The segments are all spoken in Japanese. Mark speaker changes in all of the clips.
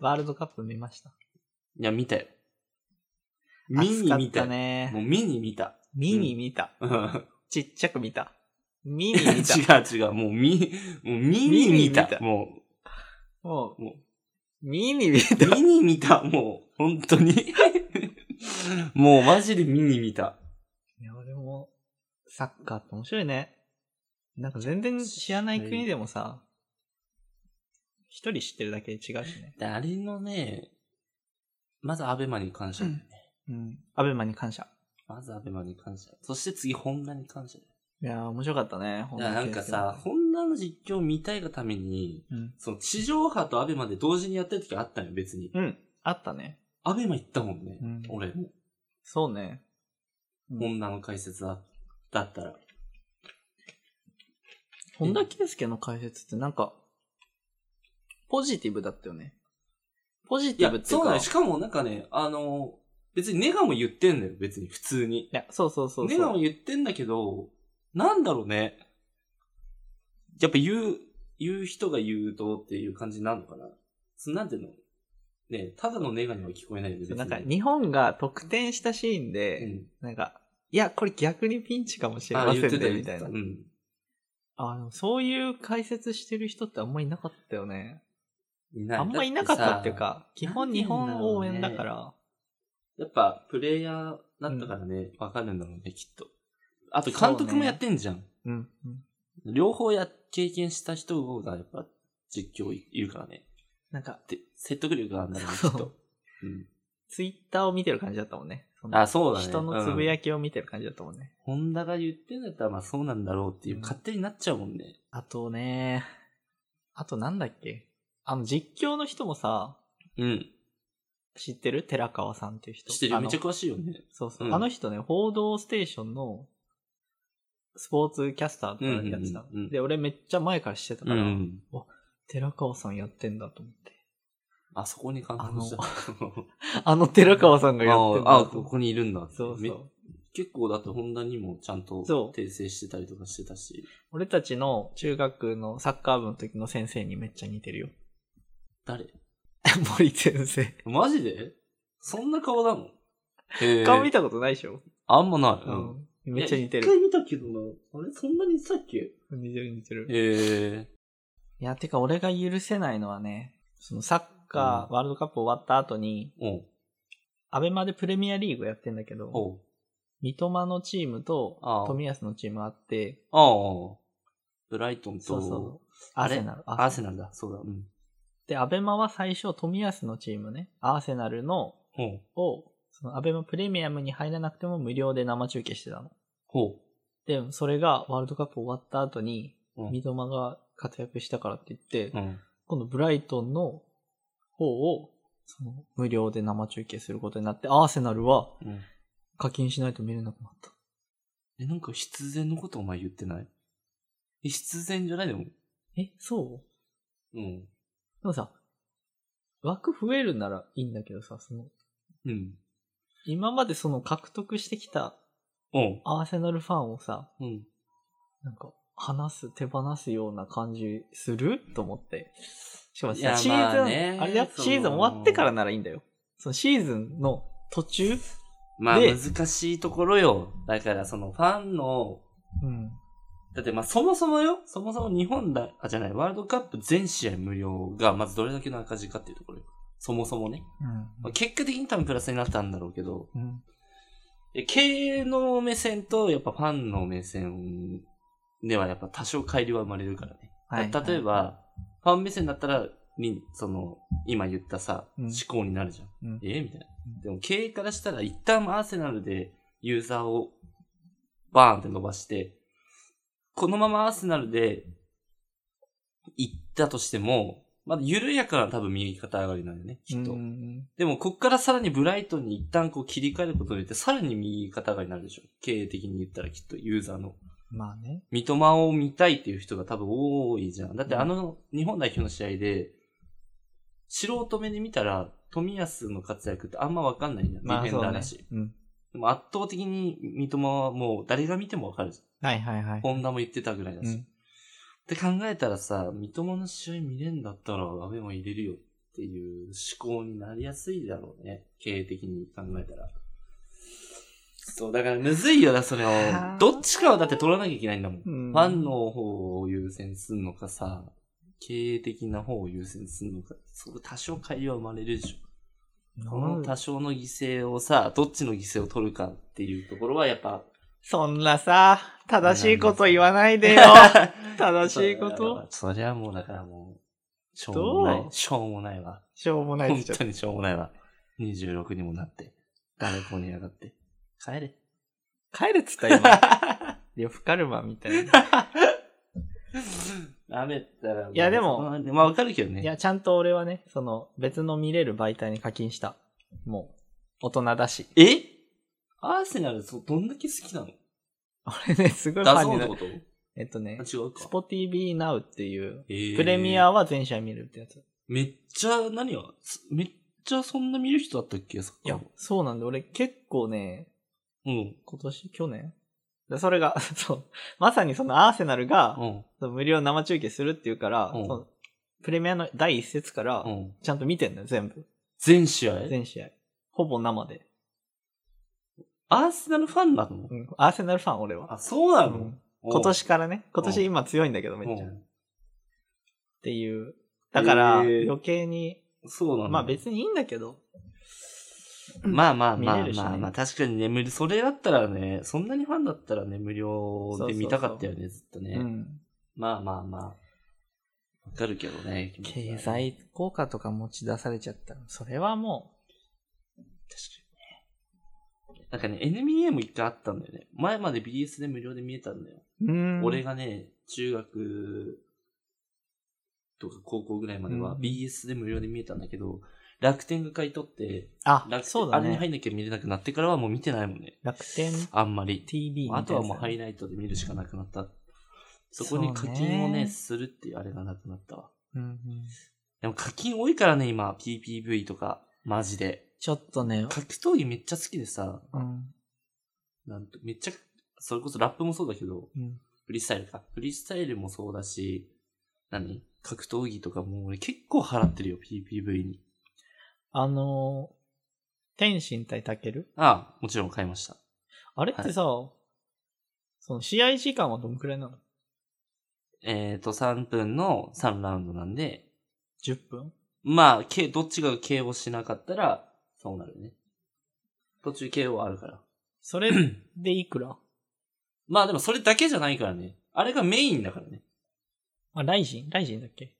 Speaker 1: ワールドカップ見ました。
Speaker 2: いや、見たよ。見
Speaker 1: 暑
Speaker 2: に
Speaker 1: かっ
Speaker 2: 見
Speaker 1: た
Speaker 2: たよ。も
Speaker 1: ね。
Speaker 2: う見に見た。
Speaker 1: 見に見た。
Speaker 2: うん
Speaker 1: ちっちゃく見 た。見
Speaker 2: い
Speaker 1: に
Speaker 2: や
Speaker 1: 見た。
Speaker 2: 違う違う。もう見、もう見に見
Speaker 1: 見に見
Speaker 2: た。
Speaker 1: た
Speaker 2: も
Speaker 1: もう
Speaker 2: も、
Speaker 1: 見に見
Speaker 2: う、
Speaker 1: た。
Speaker 2: 見に見た。もう、本当に。 もうマジで見に見た。
Speaker 1: いや、俺も、サッカーって面白いね。なんか全然知らない国でもさ、一人知ってるだけで違うしね。
Speaker 2: であれのね、まずアベマに感謝だよね。
Speaker 1: うん。アベマに感謝。
Speaker 2: まずアベマに感謝。そして次、ホンダに感謝だよ。
Speaker 1: いやー、面白かったね。
Speaker 2: いやなんかさ、ホンダの実況見たいがために、
Speaker 1: うん。
Speaker 2: その地上波とアベマで同時にやってる時あったのよ、別に。
Speaker 1: うん。あったね。
Speaker 2: アベマ行ったもんね。
Speaker 1: うん
Speaker 2: 俺も。
Speaker 1: そうね。
Speaker 2: ホンダの解説だだったら。
Speaker 1: 本田圭佑の解説ってなんか、ポジティブだったよね。ポジ
Speaker 2: い
Speaker 1: ティ
Speaker 2: や
Speaker 1: ブっ、てい
Speaker 2: そううな
Speaker 1: か。
Speaker 2: の。しかもなんかね、あの、別にネガも言ってんだよ、別に、普通に。
Speaker 1: いや、そうそうそう
Speaker 2: ネガ
Speaker 1: そ
Speaker 2: も
Speaker 1: う。
Speaker 2: 言ってんだけど、なんだろうね。やっぱ言う、言う人が言うとっていう感じになるのかな。そなんていうのね、ただのネガには聞こえないよね、別に
Speaker 1: なんか、日本が得点したシーン
Speaker 2: う
Speaker 1: で、
Speaker 2: ん。
Speaker 1: なんか、いや、これ逆にピンチかもしれ
Speaker 2: あ
Speaker 1: ませ
Speaker 2: 言っ
Speaker 1: ん
Speaker 2: てた
Speaker 1: ね、
Speaker 2: よ
Speaker 1: みたい
Speaker 2: 言
Speaker 1: な
Speaker 2: って。たうん。
Speaker 1: あの、そういう解説してる人ってあんまいなかったよね。
Speaker 2: いない
Speaker 1: あんまいなかったっていう。
Speaker 2: だてさ
Speaker 1: か、基本
Speaker 2: なんて
Speaker 1: 日
Speaker 2: 言うんだろうね
Speaker 1: 本応援だから、
Speaker 2: やっぱ、プレイヤーだったからね、わ、かるんだろうね、きっと。あと、監督もやってんじゃん。
Speaker 1: うん。うん
Speaker 2: 両方や、経験した人が、やっぱ、実況いいるからね。
Speaker 1: なんか、
Speaker 2: で、説得力があるんだろうね、き
Speaker 1: そ
Speaker 2: っ
Speaker 1: う
Speaker 2: と。うん。
Speaker 1: ツイッターを見てる感じだったもんね。その
Speaker 2: あ、そうだね。
Speaker 1: 人のつぶや
Speaker 2: き。
Speaker 1: きを見てる感じだったもんね。
Speaker 2: ホンダが言ってんだったら、まあそうなんだろうっていう、
Speaker 1: うん
Speaker 2: 勝手になっちゃうもんね。
Speaker 1: あとね、あとなんだっけあの、実況の人もさ、
Speaker 2: うん。
Speaker 1: 知ってる寺川さんっていう人。
Speaker 2: してるよ。
Speaker 1: あ
Speaker 2: め
Speaker 1: の
Speaker 2: っちゃ詳しいよね。
Speaker 1: そうそう。
Speaker 2: うん
Speaker 1: あの人ね、報道ステーションの、スポーツキャスターとかやってたの、
Speaker 2: うんうんうんうん
Speaker 1: で、俺めっちゃ前からしてた
Speaker 2: う
Speaker 1: から、
Speaker 2: ん。
Speaker 1: 寺川さんやってんだと思って。
Speaker 2: あそこに感動した。
Speaker 1: あの寺川 さんがやってんだ
Speaker 2: ああ、
Speaker 1: と
Speaker 2: こ
Speaker 1: 思って。
Speaker 2: こにいるんだって。
Speaker 1: そう
Speaker 2: め
Speaker 1: そう。
Speaker 2: 結構だってホンダにもちゃんと
Speaker 1: そう
Speaker 2: 訂正してたりとかしてたし。
Speaker 1: 俺たちの中学のサッカー部の時の先生にめっちゃ似てる よ。
Speaker 2: 誰
Speaker 1: 森先生。
Speaker 2: マジでそんな顔なのへえ
Speaker 1: 顔見たことないでしょ、
Speaker 2: あんまない。う
Speaker 1: うん
Speaker 2: ん。
Speaker 1: めっちゃ似て
Speaker 2: いや
Speaker 1: る。
Speaker 2: 一回見たけどな。あれそんなに似てたっけ
Speaker 1: 似てる似てる。
Speaker 2: ええ
Speaker 1: いや、てか俺が許せないのはね、そのサッカー、
Speaker 2: うん
Speaker 1: ワールドカップ終わった後に、
Speaker 2: おう
Speaker 1: アベマでプレミアリーグやってんだけど、
Speaker 2: おう
Speaker 1: 三笘のチームと
Speaker 2: ああ
Speaker 1: 冨安のチームあって、
Speaker 2: ああ。ブライトンと、
Speaker 1: そうそう。ア
Speaker 2: あ
Speaker 1: ー
Speaker 2: れ
Speaker 1: セナル。
Speaker 2: アーセナルだ。そうだ。うん。
Speaker 1: で、アベマは最初冨安のチームね、アーセナルの
Speaker 2: ほう。
Speaker 1: を、そのアベマプレミアムに入らなくても無料で生中継してたの。
Speaker 2: ほ
Speaker 1: で、それがワールドカップ終わった後に、
Speaker 2: うん
Speaker 1: 三笘が活躍したからって言って、
Speaker 2: う。うん。
Speaker 1: 今度ブライトンの方を、その、無料で生中継することになって、アーセナルは
Speaker 2: うん。
Speaker 1: 課金しないと見れなくなった。
Speaker 2: え、なんか必然のことお前言ってないえ、必然じゃないでも。
Speaker 1: え、そう
Speaker 2: うん。
Speaker 1: でもさ、枠増えるならいいんだけどさ、その、
Speaker 2: うん。
Speaker 1: 今までその獲得してきた
Speaker 2: おう。
Speaker 1: アーセナルファンをさ、
Speaker 2: うん。
Speaker 1: なんか、話す、手放すような感じすると思って。しかも
Speaker 2: い
Speaker 1: さ、
Speaker 2: や
Speaker 1: シ
Speaker 2: まあ
Speaker 1: ー
Speaker 2: ね
Speaker 1: ズン、あれだよ
Speaker 2: その
Speaker 1: シーズン終わってからならいいんだよ。そのシーズンの途中
Speaker 2: まあ
Speaker 1: で
Speaker 2: 難しいところよ。だからそのファンの、
Speaker 1: うん。
Speaker 2: だってまあそもそもよ、そもそも日本だ、あ、じゃない、ワールドカップ全試合無料がまずどれだけの赤字かっていうところよ。そもそもね。まあ結果的に多分プラスになったんだろうけど、
Speaker 1: うん。うん。
Speaker 2: え経営の目線とやっぱファンの目線ではやっぱ多少乖離は生まれるからね。
Speaker 1: はい
Speaker 2: だ例えば、ファン目線だったら、に、その、今言ったさ、
Speaker 1: うん
Speaker 2: 思考になるじゃん。
Speaker 1: うん
Speaker 2: えみたいな
Speaker 1: うん。
Speaker 2: でも経営からしたら、一旦アーセナルでユーザーをバーンって伸ばして、このままアーセナルで行ったとしても、まだ緩やかな多分右肩上がりなんよね、きっと。
Speaker 1: うんうんうん
Speaker 2: でも、こっからさらにブライトンに一旦こう切り替えることによって、さらに右肩上がりになるでしょ。経営的に言ったらきっとユーザーの。
Speaker 1: まあね。
Speaker 2: 三笘を見たいっていう人が多分多いじゃん。だってあの日本代表の試合で、素人目で見たら、富安の活躍ってあんまわかんないんだよ。ディフェンダーだし。
Speaker 1: うん。
Speaker 2: でも圧倒的に三笘はもう誰が見てもわかるじ
Speaker 1: はいはいは
Speaker 2: ゃん。
Speaker 1: い。
Speaker 2: ホンダも言ってたぐらいだし。
Speaker 1: う
Speaker 2: っ
Speaker 1: ん
Speaker 2: て考えたらさ、三笘の試合見れんだったら、アベも入れるよっっていう思考になりやすいだろうね。経営的に考えたら。そう、だからむずいよな、それを
Speaker 1: はあ。
Speaker 2: どっちかはだって取らなきゃいけないんだもん。
Speaker 1: う
Speaker 2: フ
Speaker 1: ん
Speaker 2: ァンの方を優先するのかさ、経営的な方を優先するのか、そこ多少乖離は生まれるでしょ。この多少の犠牲をさ、どっちの犠牲を取るかっていうところはやっぱ、
Speaker 1: そんなさ、正しいこと言わないでよ。正しいこ
Speaker 2: そうだ
Speaker 1: と
Speaker 2: よ。そりゃもうだからもう、しょうもない
Speaker 1: ど。う
Speaker 2: しょうもないわ。
Speaker 1: しょうもないっ
Speaker 2: 本
Speaker 1: すよ
Speaker 2: 当にしょうもないわ。26にもなって、誰こに上がって、帰れ。
Speaker 1: 帰るっつった今。 呂布カルマみたいな。
Speaker 2: ダメったらう、
Speaker 1: いやでも
Speaker 2: そこまで、まあわかるけどね。
Speaker 1: いや、ちゃんと俺はね、その、別の見れる媒体に課金した。もう、大人だし。
Speaker 2: えアーセナル、そうどんだけ好きなの
Speaker 1: 俺ね、すごいフ
Speaker 2: ダ
Speaker 1: ァ
Speaker 2: ゾ
Speaker 1: ン
Speaker 2: ーン
Speaker 1: に
Speaker 2: っ
Speaker 1: な
Speaker 2: て
Speaker 1: る
Speaker 2: こと
Speaker 1: えっとね
Speaker 2: あ、違うか。
Speaker 1: スポティビーナウっていう、
Speaker 2: えー
Speaker 1: プレミアは全社見るってやつ。い
Speaker 2: めっちゃ、何が、すめっちゃそんな見る人だったっけサッカ
Speaker 1: や
Speaker 2: ー。、
Speaker 1: そうなんで、俺結構ね、
Speaker 2: うん。
Speaker 1: 今年、去年でそれが、 そう、まさにそのアーセナルが
Speaker 2: う、ん。
Speaker 1: その無料生中継するっていうから、
Speaker 2: うん
Speaker 1: そのプレミアの第一節から
Speaker 2: う、ん。
Speaker 1: ちゃんと見てんのよ、全部。
Speaker 2: 全試合
Speaker 1: 全試合。ほぼ生で。
Speaker 2: アーセナルファンなの
Speaker 1: うん。アーセナルファン、俺は。
Speaker 2: あ、そうな
Speaker 1: う
Speaker 2: の
Speaker 1: ん今年からね。今
Speaker 2: うん
Speaker 1: 年今強いんだけど、め
Speaker 2: う
Speaker 1: っ
Speaker 2: ん
Speaker 1: ちゃ。っていう。だから、
Speaker 2: へー
Speaker 1: 余計に、
Speaker 2: そうなの
Speaker 1: まあ別にいいんだけど、
Speaker 2: まあまあまあ
Speaker 1: 見れるしね
Speaker 2: まあまあ、確かに眠り、それだったらね、そんなにファンだったらね、無料で見たかったよね、ずっとね。
Speaker 1: うん。
Speaker 2: まあまあまあ。わかるけどね、気持ちは
Speaker 1: 経済効果とか持ち出されちゃったら、それはも
Speaker 2: 確かにね。なんかね、NBA も一回あったんだよね。前まで BS で無料で見えたんだよ。
Speaker 1: う、うん。
Speaker 2: 俺がね、中学とか高校ぐらいまでは
Speaker 1: うん
Speaker 2: BS で無料で見えたんだけど、楽天が買い取って、
Speaker 1: あ、
Speaker 2: 楽
Speaker 1: そう
Speaker 2: 天、
Speaker 1: だ
Speaker 2: あれに
Speaker 1: ね。
Speaker 2: 入んなきゃ見れなくなってからはもう見てないもんね。
Speaker 1: 楽天
Speaker 2: あんまり。
Speaker 1: TV みたいなやつ
Speaker 2: あとはもうハイライトで見るしかなくなった。そこ
Speaker 1: そ
Speaker 2: に
Speaker 1: うね
Speaker 2: 課金をね、するっていうあれがなくなったわ。
Speaker 1: うんうん
Speaker 2: でも課金多いからね、今、PPV とか、マジで。
Speaker 1: ちょっとね、
Speaker 2: 格闘技めっちゃ好きでさ、
Speaker 1: うん。
Speaker 2: なんとめっちゃ、それこそラップもそうだけど、
Speaker 1: うん
Speaker 2: フリースタイルか。フリースタイルもそうだし、何格闘技とかもう俺結構払ってるよ、PPV に。
Speaker 1: あのー、天心対タケル
Speaker 2: ああ、もちろん買いました。
Speaker 1: あれってさ、その試合時間はどのくらいなの
Speaker 2: えっ、ー、と、3分の3ラウンドなんで、
Speaker 1: ?10 分
Speaker 2: まあ、けどっちが KO しなかったら、そうなるよね。途中 KO あるから。
Speaker 1: それでい くら
Speaker 2: まあでもそれだけじゃないからね。あれがメインだからね。
Speaker 1: あ、ライジンライジンだっけ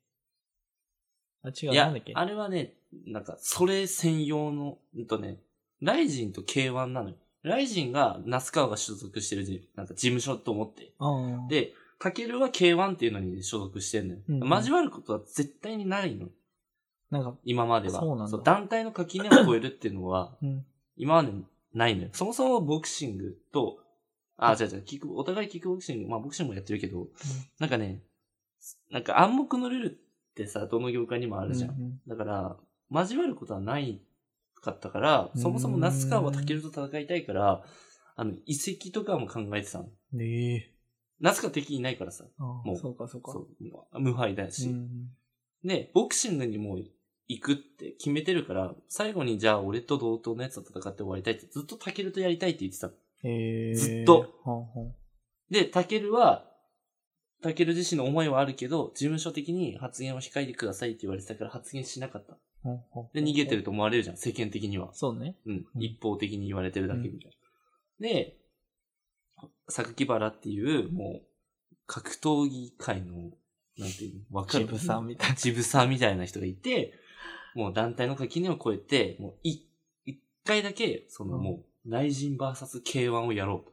Speaker 1: あ、違、
Speaker 2: いうや
Speaker 1: なんだっけ、
Speaker 2: あれはね、なんか、それ専用の、うんとね、ライジンと K1 なのよ。ライジンが、那須川が所属してるじ、なんか事務所と思って。
Speaker 1: うん、
Speaker 2: で、かけるは K1 っていうのに所属してんのよ。
Speaker 1: うんうん
Speaker 2: 交わることは絶対にないの。
Speaker 1: なんか、
Speaker 2: 今までは。
Speaker 1: そうなんだ
Speaker 2: 団体の垣根を超えるっていうのは、
Speaker 1: うん。
Speaker 2: 今までないのよ。そもそもボクシングと、あ、違う違う、キックお互いキックボクシング、まあボクシングもやってるけど、なんかね、なんか暗黙のルールってさ、どの業界にもあるじゃん。
Speaker 1: うんうん
Speaker 2: だから、交わることはないかったから、そもそも那須川はタケルと戦いたいから、あの、移籍とかも考えてたの。
Speaker 1: ねえ
Speaker 2: 那須川敵いないからさ、
Speaker 1: あ
Speaker 2: もう
Speaker 1: そうか、そうか。
Speaker 2: そう無敗だし。
Speaker 1: うん
Speaker 2: で、ボクシングにもう行くって決めてるから、最後にじゃあ俺と同等のやつと戦って終わりたいって、ずっとタケルとやりたいって言ってたの
Speaker 1: へえ
Speaker 2: ずっと。
Speaker 1: はんはん
Speaker 2: で、タケルは、タケル自身の思いはあるけど、事務所的に発言を控えてくださいって言われてたから発言しなかった。
Speaker 1: ほんほん
Speaker 2: で、逃げてると思われるじゃん、世間的には。
Speaker 1: そうね。
Speaker 2: うん。
Speaker 1: うん
Speaker 2: 一方的に言われてるだけみたいな。で、榊原っていう、もう、格闘技界の、なんていうの、わか
Speaker 1: ジ
Speaker 2: る
Speaker 1: ブさんみたい
Speaker 2: ジブさんみたいな人がいて、もう団体の垣根を越えて、もうい、一回だけ、そのもう、内陣 VSK1 をやろ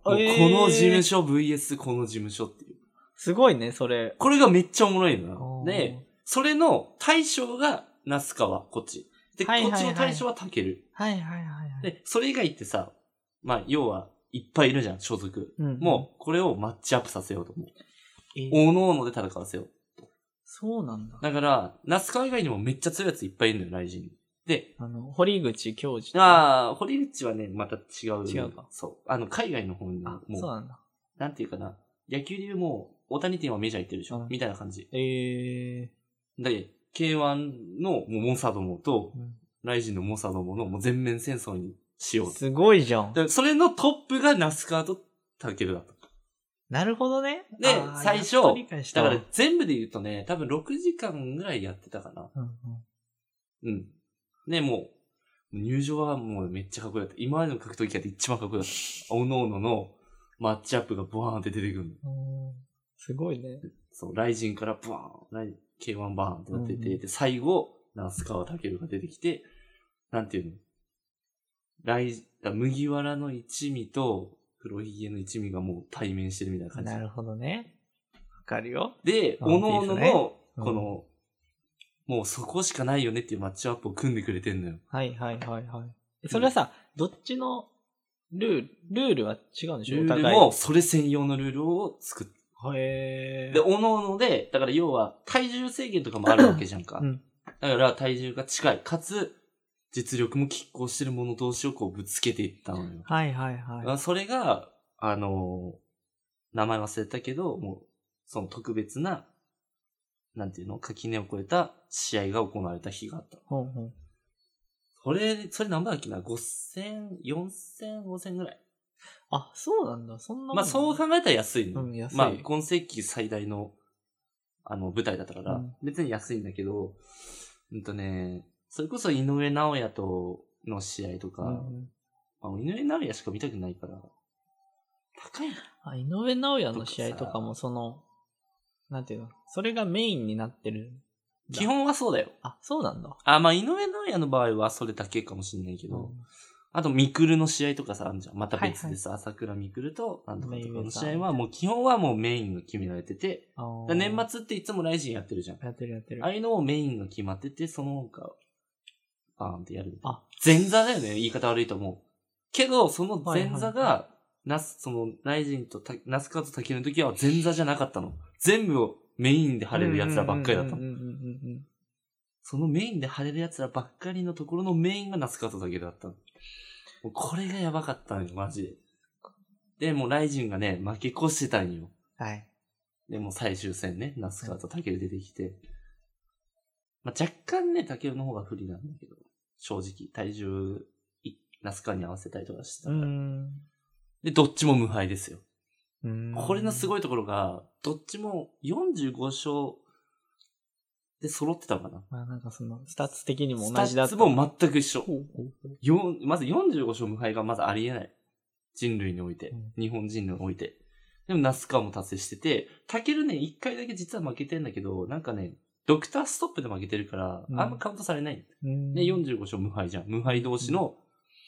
Speaker 2: うと。
Speaker 1: な。
Speaker 2: もう
Speaker 1: えー
Speaker 2: この事務所 VS この事務所っていう。
Speaker 1: すごいね、それ。
Speaker 2: これがめっちゃおもろいのよ。で、、それの対象が那須川、こっち。で、
Speaker 1: はいはいはい
Speaker 2: こっちの対象はタケル。
Speaker 1: はいはいはいはい。
Speaker 2: で、それ以外ってさ、まあ、要はいっぱいいるじゃん、所属。
Speaker 1: うん
Speaker 2: もう、これをマッチアップさせようと思う。
Speaker 1: えー
Speaker 2: おのおので戦わせよう。
Speaker 1: そうなんだ。
Speaker 2: だから、那須川以外にもめっちゃ強いやついっぱいいるのよ、ライジンに。で、
Speaker 1: あの、堀口教授。
Speaker 2: ああ、堀口はね、また違う。
Speaker 1: 違うか
Speaker 2: そう。あの、海外の方に、
Speaker 1: あ
Speaker 2: も
Speaker 1: そう
Speaker 2: う、
Speaker 1: なんだ。
Speaker 2: なんていうかな、野球で言うもう、大谷って今メジャー行ってるでしょ、
Speaker 1: うん
Speaker 2: みたいな感じ。
Speaker 1: ええ
Speaker 2: で、 K1 のもうモンサドモと
Speaker 1: うん、
Speaker 2: ライジンのモンサドモのもう全面戦争にしようと。
Speaker 1: すごいじゃん。
Speaker 2: でそれのトップがナスカーとタケルだった。
Speaker 1: なるほどね。
Speaker 2: で
Speaker 1: あー
Speaker 2: 最初
Speaker 1: やっと理解した
Speaker 2: だ
Speaker 1: わ
Speaker 2: から全部で言うとね、多分6時間ぐらいやってたかな。
Speaker 1: うんうん
Speaker 2: うん。ね、もう、入場はもうめっちゃかっこよかった。今までの格闘技界で一番かっこよかった。おのおののマッチアップがボワーンって出てくるの。
Speaker 1: うんすごいね。
Speaker 2: そう、ライジンからボワーン、ライ K1 バーンってなってて、
Speaker 1: うんうん
Speaker 2: で、最後、ナスカワタケルが出てきて、なんていうのライ、だ麦わらの一味と黒ひげの一味がもう対面してるみたいな感じ。
Speaker 1: なるほどね。わかるよ。
Speaker 2: で、
Speaker 1: あ
Speaker 2: おのおの
Speaker 1: いいですね
Speaker 2: の、
Speaker 1: うん
Speaker 2: この、もうそこしかないよねっていうマッチアップを組んでくれてんのよ。
Speaker 1: はいはいはいはい。それはさ、どっちのルール、ルールは違うんでしょ
Speaker 2: ルールも、それ専用のルールを作って。
Speaker 1: お互いへー
Speaker 2: で、おのおので、だから要は、体重制限とかもあるわけじゃんか。
Speaker 1: うん
Speaker 2: だから、体重が近い。かつ、実力も拮抗してる者同士をこうぶつけていったのよ。
Speaker 1: はいはいは
Speaker 2: あそれが、あのー名前忘れたけど、もう、その特別な、なんていうの垣根を越えた試合が行われた日があった。
Speaker 1: い。ほんほん
Speaker 2: それ、それ何倍だっけな ?5000、4000、5000ぐらい。
Speaker 1: あ、そうなんだ。そんなもん
Speaker 2: まあそう考えたら安いの。
Speaker 1: うん安い
Speaker 2: まあ今世紀最大の、あの、舞台だったから、
Speaker 1: うん
Speaker 2: 別に安いんだけど、うんとね、それこそ井上直也との試合とか、
Speaker 1: うんうん
Speaker 2: まあ、井上直也しか見たくないから、高いな。
Speaker 1: あ、井上尚弥の試合とかも、その、なんていうのそれがメインになってる。
Speaker 2: 基本はそうだよ。
Speaker 1: あ、そうなんだ。
Speaker 2: あ、まあ井上直也の場合はそれだけかもしれないけど、あと、ミクルの試合とかさ、あんじゃん。また別でさ、朝倉ミクルと、なんとかとかの試合は、もう基本はもうメインが決められてて、
Speaker 1: あー
Speaker 2: だから年末っていつもライジンやってるじゃん。あ
Speaker 1: やってるやってる。
Speaker 2: あいうのをメインが決まってて、その他、バーンってやる。
Speaker 1: あ、
Speaker 2: 前座だよね、言い方悪いと思う。けど、その前
Speaker 1: は
Speaker 2: 座
Speaker 1: いはい
Speaker 2: が、ナス、その、ライジンとた、ナスカと竹の時は前座じゃなかったの。全部をメインで張れる奴らばっかりだった
Speaker 1: うんうん
Speaker 2: の。
Speaker 1: うんうんうん
Speaker 2: そのメインで張れる奴らばっかりのところのメインがナスカとだけだったの。もうこれがやばかったのよ、マジで。で、もうライジンがね、負け越してたんよ。
Speaker 1: はい。
Speaker 2: で、もう最終戦ね、ナスカとタケル出てきて。まあ、若干ね、タケルの方が不利なんだけど、正直、体重い、ナスカに合わせたりとかしてた
Speaker 1: う
Speaker 2: から。
Speaker 1: ん。
Speaker 2: で、どっちも無敗ですよ。
Speaker 1: うん
Speaker 2: これのす
Speaker 1: い。
Speaker 2: ごいところが、どっちも45勝で揃ってたのかな。
Speaker 1: まあなんかその、スタッツ的にも
Speaker 2: ス
Speaker 1: 同
Speaker 2: タ
Speaker 1: じだ
Speaker 2: ッ
Speaker 1: った。
Speaker 2: ツも全く一緒。
Speaker 1: ほうほうほう
Speaker 2: よんまず45勝無敗がまずありえない。人類において。
Speaker 1: うん
Speaker 2: 日本人において。でも、ナスカも達成してて、タケルね、一回だけ実は負けてんだけど、なんかね、ドクターストップで負けてるから、
Speaker 1: うん
Speaker 2: あんまカウントされない。
Speaker 1: うん
Speaker 2: で、45勝無敗じゃん。無敗同士の、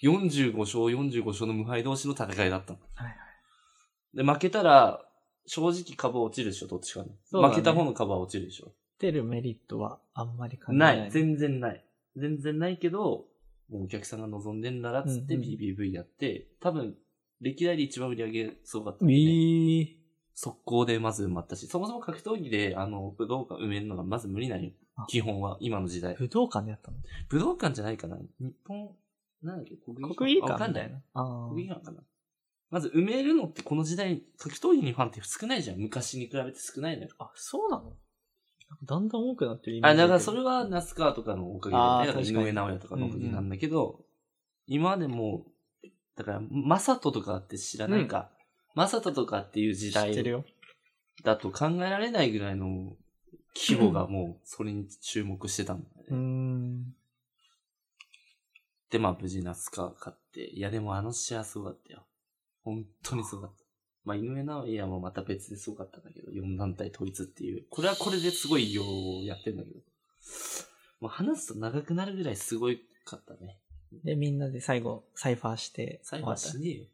Speaker 2: 45勝、45勝の無敗同士の戦いだったの。
Speaker 1: はいはい
Speaker 2: で、負けたら、正直株は落ちるでしょ、どっちかに。
Speaker 1: そうだね
Speaker 2: 負けた方の株は落ちるでしょ。
Speaker 1: 出るメリットはあんまり感じな。
Speaker 2: ないい。全然ない。全然ないけど、もうお客さんが望んでんならっつって
Speaker 1: うんうん
Speaker 2: BBV やって、多分、歴代で一番売り上げすごかった、
Speaker 1: え
Speaker 2: ね。
Speaker 1: ー
Speaker 2: 速攻でまず埋まったし、そもそも格闘技で、あの、武道館埋めるのがまず無理なんよ
Speaker 1: あ。
Speaker 2: 基本は、今の時代。
Speaker 1: 武道館でやったの
Speaker 2: 武道館じゃないかな日本、なんだっけ国
Speaker 1: 国技
Speaker 2: わか
Speaker 1: 館
Speaker 2: ん
Speaker 1: みた
Speaker 2: ない
Speaker 1: い。な。あー
Speaker 2: 国技館かなまず埋めるのってこの時代、格闘技にファンって少ないじゃん。昔に比べて少ないのよ。
Speaker 1: あ、そうなのなんかだんだん多くなってるイメー
Speaker 2: あ、
Speaker 1: ジけ
Speaker 2: だ
Speaker 1: ど
Speaker 2: からそれはナスカーとかのおかげ
Speaker 1: あー
Speaker 2: でね、だから
Speaker 1: 確
Speaker 2: 井
Speaker 1: かに
Speaker 2: 上直弥とかのおかげなんだけど、今までもう、だから、マサトとかって知らないか、マサトとかっていう時
Speaker 1: 知ってる
Speaker 2: 代
Speaker 1: よ。
Speaker 2: だと考えられないぐらいの規模がもう、それに注目してたんだよね。
Speaker 1: うーん。
Speaker 2: で、まあ無事ナスカー勝って、いやでもあの試合はすごかったよ。本当にすごかった。まあ井上直弥もまた別ですごかったんだけど、4団体統一っていう、これはこれですごいようやってんだけど、もう話すと長くなるぐらいすごいかったね。
Speaker 1: で、みんなで最後、サイファーして
Speaker 2: 最
Speaker 1: 終
Speaker 2: 後
Speaker 1: わ
Speaker 2: は
Speaker 1: った。
Speaker 2: 死ねえよ。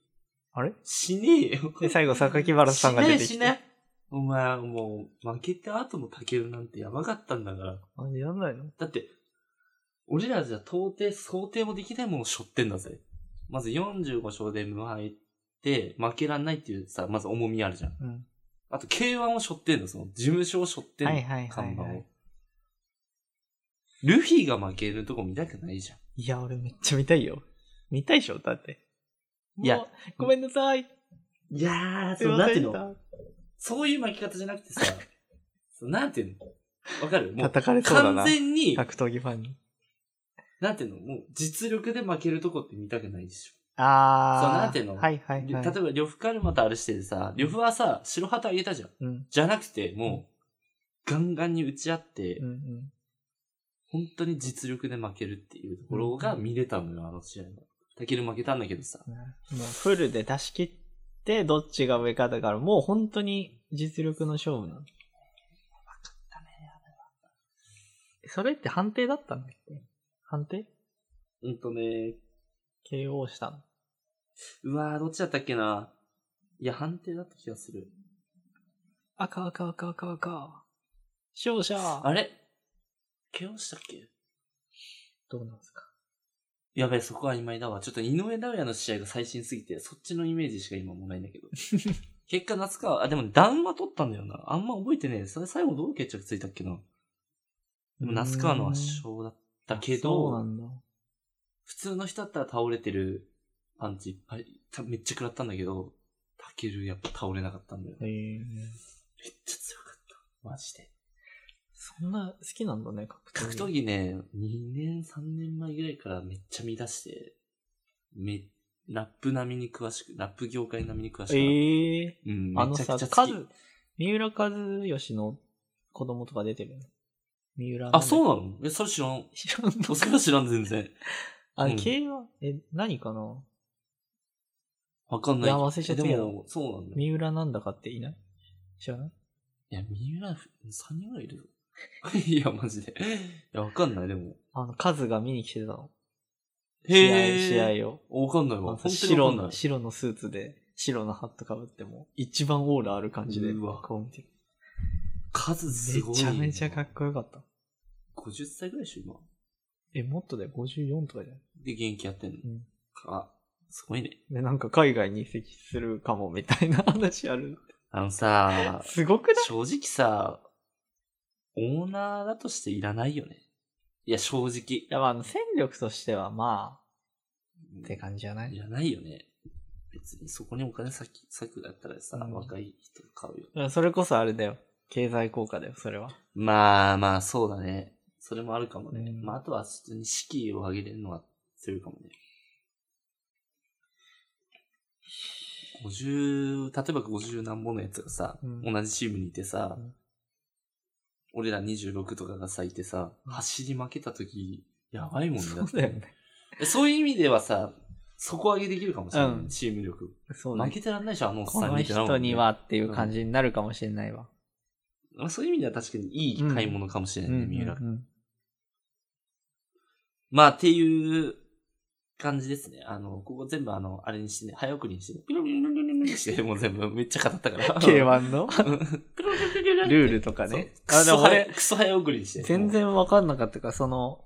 Speaker 1: あれ
Speaker 2: 死ねえよ。
Speaker 1: で、最後、榊原さんが出てき
Speaker 2: 死
Speaker 1: て。
Speaker 2: ねえ死ねえお前、もう、負けた後の竹雄なんてやばかったんだから。
Speaker 1: あ、やんないの
Speaker 2: だって、俺らじゃ到底想定もできないものを背負ってんだぜ。まず45勝で無敗って負けらんないっていうさ、まず重みあるじゃん。
Speaker 1: うん。
Speaker 2: あと K1 を背負ってんの、その事務所を背負ってんの、
Speaker 1: はいはいはいはい
Speaker 2: 看板を。ルフィが負けるとこ見たくないじゃん。
Speaker 1: いや、俺めっちゃ見たいよ。見たいでしょだって。
Speaker 2: いや
Speaker 1: もう、ごめんなさい。
Speaker 2: いやー、
Speaker 1: すいませんでした。
Speaker 2: そういう負け方じゃなくてさ、そうなんていうのわかるもう
Speaker 1: 叩かれそうだな
Speaker 2: 完全に、
Speaker 1: 格闘技ファンに。
Speaker 2: なんていうのもう実力で負けるとこって見たくないでしょ。
Speaker 1: あー。
Speaker 2: そうなんていうの
Speaker 1: はいはい
Speaker 2: で
Speaker 1: は
Speaker 2: 例
Speaker 1: い。
Speaker 2: えば、呂布カルマとあれしててさ、呂布はさ、白旗あげたじゃん。
Speaker 1: うん。
Speaker 2: じゃなくて、もう、ガンガンに打ち合って、
Speaker 1: うんうん。
Speaker 2: 本当に実力で負けるっていうところが見れたのよ、あの試合は。タケル負けたんだけどさ。
Speaker 1: もうフルで出し切って、どっちが上かだから、もう本当に実力の勝負なの。それって判定だったんだっけ判定
Speaker 2: うんとね、
Speaker 1: ?KO したの。
Speaker 2: うわーどっちだったっけな。いや、判定だった気がする。
Speaker 1: 赤赤赤赤赤。勝者
Speaker 2: あれ ?KO したっけ
Speaker 1: どうなんですか
Speaker 2: やべえ、そこは曖昧だわ。ちょっと井上尚弥の試合が最新すぎて、そっちのイメージしか今もないんだ けど。結果、夏川、あ、でもダウンは取ったんだよな。あんま覚えてねえ。それ最後どう決着ついたっけな。でも、夏川のは圧勝だったけ
Speaker 1: そうな
Speaker 2: ど、
Speaker 1: んだ。
Speaker 2: 普通の人だったら倒れてるパンチいっぱい、ためっちゃ食らったんだけど、タケルやっぱ倒れなかったんだよね。
Speaker 1: へ
Speaker 2: めっ
Speaker 1: え。
Speaker 2: ちゃ強かった。マジで。
Speaker 1: そんな好きなんだね、格闘
Speaker 2: 格闘技ね、2年、3年前ぐらいからめっちゃ見出して、め、ラップ並みに詳しく、ラップ業界並みに詳しくなった。
Speaker 1: ええ
Speaker 2: うん、
Speaker 1: あ
Speaker 2: め
Speaker 1: の
Speaker 2: ちゃ
Speaker 1: さ、
Speaker 2: くちゃ好
Speaker 1: カ
Speaker 2: き。
Speaker 1: ズ、三浦和義の子供とか出てるよね。三浦
Speaker 2: あ、そう
Speaker 1: う
Speaker 2: なのえ、それ知らん。
Speaker 1: 知らんの
Speaker 2: おそれは知らん、全然。
Speaker 1: あ
Speaker 2: う
Speaker 1: れ、
Speaker 2: ん
Speaker 1: 系は、え、何かな
Speaker 2: わかんない。
Speaker 1: いや忘れちゃったけど
Speaker 2: えでも、そうなんだよ。
Speaker 1: 三浦なんだかっていない知らない
Speaker 2: いや、三浦、3人ぐらいいるぞ。 いや、マジで。いや、わかんない、でも。
Speaker 1: あの、カズが見に来てたの。
Speaker 2: へー
Speaker 1: 試合、試合を。
Speaker 2: わかんない
Speaker 1: あ
Speaker 2: わ。
Speaker 1: の
Speaker 2: 本当にわ
Speaker 1: 白
Speaker 2: かんな
Speaker 1: の、
Speaker 2: い。
Speaker 1: 白のスーツで、白のハットかぶっても、一番オーラある感じで、
Speaker 2: うわ
Speaker 1: こう見てる
Speaker 2: 数すご
Speaker 1: め
Speaker 2: い。
Speaker 1: ちゃめちゃかっこよかった。
Speaker 2: 50歳ぐらいでしょ、今。
Speaker 1: え、もっとだよ、54とかじゃない
Speaker 2: で、元気やってんの。
Speaker 1: うん
Speaker 2: あ、すごいね。
Speaker 1: で、なんか海外に移籍するかもみたいな話あ る。
Speaker 2: あのさ、
Speaker 1: すごくない
Speaker 2: 正直さ、オーナーだとしていらないよね。いや、正
Speaker 1: い
Speaker 2: 直。
Speaker 1: や、まあ、あの戦力としては、まあ、って感じじゃない
Speaker 2: いらないよね。別にそこにお金さき、さくだったらさ、
Speaker 1: うん
Speaker 2: 若い人買うよ。
Speaker 1: うんそれこそあれだよ。経済効果だよ、それは。
Speaker 2: まあまあ、そうだね。それもあるかもね。
Speaker 1: うん
Speaker 2: まあ、あとは普通に資金を上げれるのは強いかもね。50、例えば50何本のやつがさ、
Speaker 1: うん
Speaker 2: 同じチームにいてさ、
Speaker 1: うん
Speaker 2: 俺ら26とかがさ、いてさ、
Speaker 1: うん
Speaker 2: 走り負けた時、やばいもん
Speaker 1: そうだよね。
Speaker 2: そういう意味ではさ、底上げできるかもしれない、
Speaker 1: うん
Speaker 2: チーム力。
Speaker 1: そうだ
Speaker 2: 負
Speaker 1: ね
Speaker 2: けてらんないでしょ、あのおっ
Speaker 1: こ
Speaker 2: さん
Speaker 1: の
Speaker 2: にってなるも
Speaker 1: 人
Speaker 2: んね
Speaker 1: にはっていう感じになるかもしれないわ。
Speaker 2: まあ、そういう意味では確かにいい買い物かもしれ
Speaker 1: う
Speaker 2: ないね、
Speaker 1: ん
Speaker 2: 三浦。
Speaker 1: うんうん
Speaker 2: まあ、っていう感じですね。あの、ここ全部あの、あれにしてね、早送りにしてね、ピロピロピロピロピロにして、もう全部めっちゃ語ったから。
Speaker 1: K1 の
Speaker 2: ピロピロピロピロって
Speaker 1: ルールとかね。
Speaker 2: そうクソ
Speaker 1: あ、で
Speaker 2: 早
Speaker 1: も
Speaker 2: クソ早送りにして。
Speaker 1: 俺、全然わかんなかったから、その、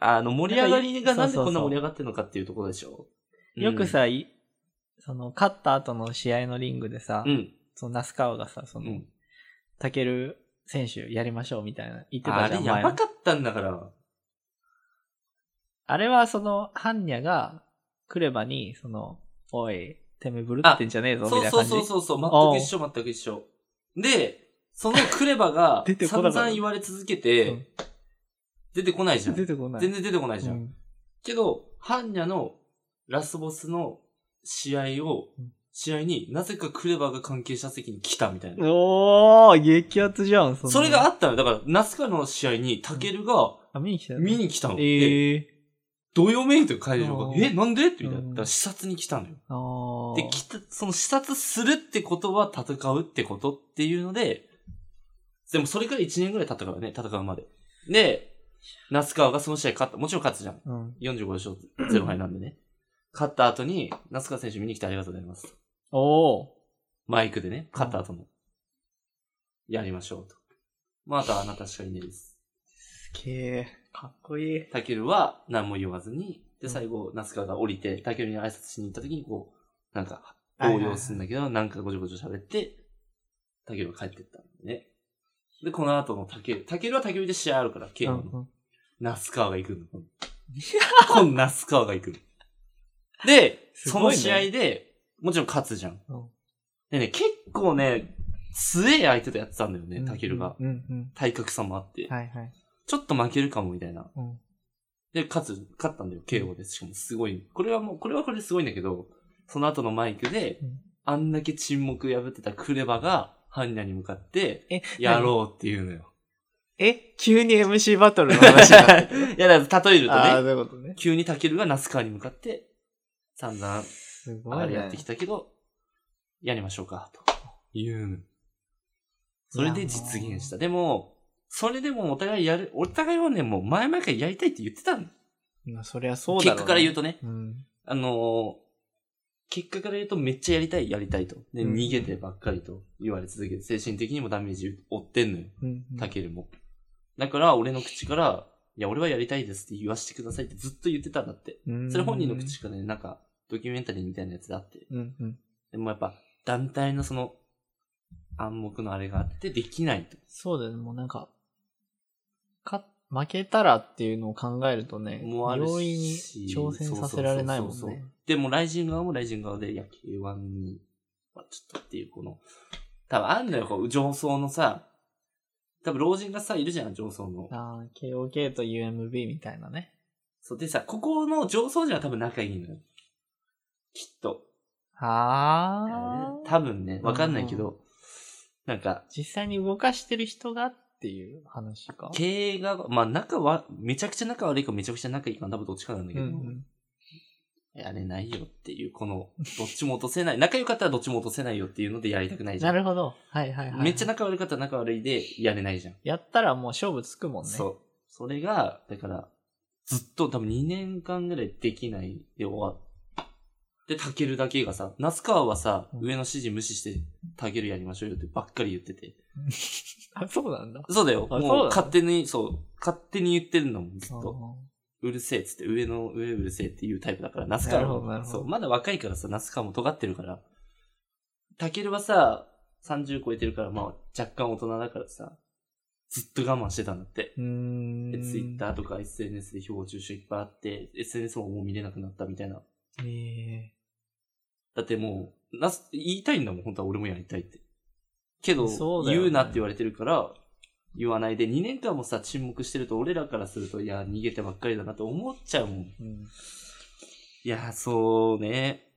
Speaker 2: あの、盛り上がりがなんでこ
Speaker 1: そう
Speaker 2: んな
Speaker 1: そうそう
Speaker 2: 盛り上がってるのかっていうところでしょ。
Speaker 1: よく、さ、いその、勝った後の試合のリングでさ
Speaker 2: う、ん。
Speaker 1: その、那須川がさ、そ
Speaker 2: うん。う
Speaker 1: の
Speaker 2: ん、
Speaker 1: タケル選手やりましょうみたいな言ってた
Speaker 2: あ
Speaker 1: じゃ
Speaker 2: れ
Speaker 1: ん、
Speaker 2: や
Speaker 1: 前
Speaker 2: ばかったんだから。
Speaker 1: あれはその、ハンニャが、クレバに、その、おい、てめえぶるってんじゃねえぞ、みたい
Speaker 2: そ
Speaker 1: な
Speaker 2: うそう
Speaker 1: 感じ。
Speaker 2: そうそうそう、全く一緒、全く一緒。で、そのクレバが
Speaker 1: 出てこ
Speaker 2: 散
Speaker 1: なかった
Speaker 2: 々言われ続けて、
Speaker 1: うん
Speaker 2: 出てこないじゃん。
Speaker 1: 出てこない。
Speaker 2: 全然出てこないじゃん。
Speaker 1: うん
Speaker 2: けど、ハンニャのラスボスの試合を
Speaker 1: うん、
Speaker 2: 試合になぜかクレバが関係者席に来たみたいな。
Speaker 1: おー、激アツじゃん、そんな
Speaker 2: それがあったの。だから、ナスカの試合にタケルが
Speaker 1: あ、見に来たよね
Speaker 2: 見に来たの。で、
Speaker 1: ええ
Speaker 2: どよめいて会場が
Speaker 1: う、ん
Speaker 2: え、なんでってみたい
Speaker 1: うん
Speaker 2: な。だから視察に来たのよ。
Speaker 1: あー。
Speaker 2: で、来た、その視察するってことは戦うってことっていうので、でもそれから1年ぐらい戦うね、戦うまで。で、ナスカワがその試合勝った。もちろん勝つじゃん。
Speaker 1: うん。
Speaker 2: 45勝0敗なんでね。勝った後に、ナスカワ選手見に来てありがとうございます。
Speaker 1: おー。
Speaker 2: マイクでね、勝った後も。やりましょうと。まあ、あとはあなたしかいないです。
Speaker 1: すげえ。かっこいい。
Speaker 2: タケルは何も言わずに、
Speaker 1: う
Speaker 2: で、
Speaker 1: ん
Speaker 2: 最後、ナスカワが降りて、タケルに挨拶しに行った時に、こう、なんか、応用するんだけど、なんかごちょごちょ喋って、タケルが帰ってったんでね。で、この後のタケル、タケルはタケルで試合あるから、ケイ
Speaker 1: うん
Speaker 2: の、
Speaker 1: うん
Speaker 2: ナスカワが行くの。今度ナスカワが行くの。で、
Speaker 1: す
Speaker 2: そ
Speaker 1: ご
Speaker 2: の
Speaker 1: いね
Speaker 2: 試合で、もちろん勝つじゃん。
Speaker 1: うん
Speaker 2: でね、結構ね、強え相手とやってたんだよね、タケルが。
Speaker 1: うんうん
Speaker 2: 体格差もあって
Speaker 1: うん。。はいはい。
Speaker 2: ちょっと負けるかもみたいな。
Speaker 1: うん。
Speaker 2: で、勝つ、勝ったんだよ、KO で。しかもすごい。これはもう、これはこれですごいんだけど、その後のマイクで
Speaker 1: うん、
Speaker 2: あんだけ沈黙破ってたクレバが、ハンニャに向かって、
Speaker 1: え、
Speaker 2: やろうっていうのよ。
Speaker 1: 何え、急に MC バトルの
Speaker 2: い
Speaker 1: 話だ。
Speaker 2: や、だから例えると
Speaker 1: ああ、
Speaker 2: ね、
Speaker 1: そういうことね。
Speaker 2: 急にタケルがナスカーに向かって、散々、
Speaker 1: すご
Speaker 2: あ
Speaker 1: い
Speaker 2: れ
Speaker 1: ね。
Speaker 2: やってきたけど、やりましょうか、というの。それで実現した。でも、それでもお互いやる、お互いはね、もう前々からやりたいって言ってたの。
Speaker 1: まあ、そりゃそうだろ
Speaker 2: 結果から言う
Speaker 1: と。
Speaker 2: とね、
Speaker 1: うん。
Speaker 2: あのー結果から言うとめっちゃやりたい、やりたいと。で、
Speaker 1: うん
Speaker 2: 逃げてばっかりと言われ続けて、精神的にもダメージ負ってんのよ、
Speaker 1: うん。
Speaker 2: タケルも。だから、俺の口から、いや、俺はやりたいですって言わせてくださいってずっと言ってたんだって。
Speaker 1: うん
Speaker 2: それ本人の口。からね、なんか、ドキュメンタリーみたいなやつだって。
Speaker 1: うんうん。
Speaker 2: でもやっぱ、団体のその、暗黙のあれがあって、できないと。
Speaker 1: そうだよね、もうなんか、か、負けたらっていうのを考えるとね、
Speaker 2: もうあるし
Speaker 1: 容易に挑戦させられないもん
Speaker 2: そうそうそう
Speaker 1: ね。
Speaker 2: でも、ライジン側もライジン側で、いや、K1 に、まあ、ちょっとっていう、この、多分あんのよ、こう、上層のさ、多分老人がさ、いるじゃん、上層の。
Speaker 1: ああ、KOK と UMB みたいなね。
Speaker 2: そう、でさ、ここの上層人は多分仲いいのよ。きっと。
Speaker 1: ああ、
Speaker 2: 多分ね、わかんないけど、なんか、
Speaker 1: 実際に動かしてる人がっていう話か。
Speaker 2: 経営が、まあ仲は、めちゃくちゃ仲悪いかめちゃくちゃ仲いいか多分どっちかなんだけ
Speaker 1: うん
Speaker 2: ど、
Speaker 1: うん。
Speaker 2: やれないよっていう、この、どっちも落とせない。仲良かったらどっちも落とせないよっていうのでやりたくないじゃ。
Speaker 1: なんるほど。はいはいはい。
Speaker 2: めっちゃ仲悪かったら仲悪いでやれないじゃん。
Speaker 1: やったらもう勝負つくもんね。
Speaker 2: そう。それが、だから、ずっと多分2年間ぐらいできないで終わって、タケルだけがさ、ナスカワはさ、
Speaker 1: うん
Speaker 2: 上の指示無視して、タケルやりましょうよってばっかり言ってて。
Speaker 1: あ、そうなんだ。
Speaker 2: そうだよ。
Speaker 1: あそうな
Speaker 2: も
Speaker 1: の
Speaker 2: う勝手に、そう、勝手に言ってるのもん、ずっと。
Speaker 1: あ
Speaker 2: うるせえっつって、上の上うるせえっていうタイプだから、ナスカ
Speaker 1: なるほどなる
Speaker 2: も、
Speaker 1: ほど
Speaker 2: そう、まだ若いからさ、ナスカも尖ってるから、タケルはさ、30超えてるから、まあ、若干大人だからさ、ずっと我慢してたんだって。
Speaker 1: ーうー
Speaker 2: で、
Speaker 1: ん。
Speaker 2: ツイッターとか SNS で誹謗中傷いっぱいあって、SNS ももう見れなくなったみたいな。
Speaker 1: ええ
Speaker 2: だってもう、ナス、言いたいんだもん、本当は俺もやりたいって。けど、
Speaker 1: そうだよね
Speaker 2: 言うなって言われてるから、言わないで、2年間もさ、沈黙してると、俺らからすると、いや、逃げてばっかりだなって思っちゃうもん。
Speaker 1: うん。
Speaker 2: いや、そうね。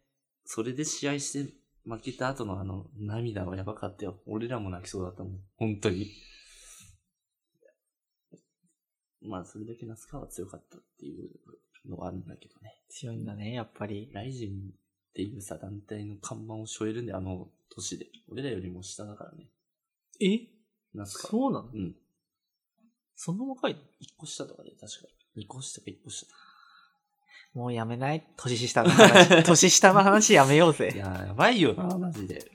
Speaker 2: それで試合して負けた後のあの涙はやばかったよ。俺らも泣きそうだったもん。本当に。まあ、それだけナスカは強かったっていうのはあるんだけどね。
Speaker 1: 強いんだね、やっぱり。
Speaker 2: ライジンっていうさ、団体の看板を背負えるんで、あの年で。俺らよりも下だからね。
Speaker 1: え
Speaker 2: ナスカ。
Speaker 1: そうなの
Speaker 2: うん。
Speaker 1: そんな若い
Speaker 2: 1個下とかで、確か。2個下か1個下だ。
Speaker 1: もうやめない年下の話。年下の話やめよう
Speaker 2: い
Speaker 1: ぜ。
Speaker 2: やー、やばいよな、マジで。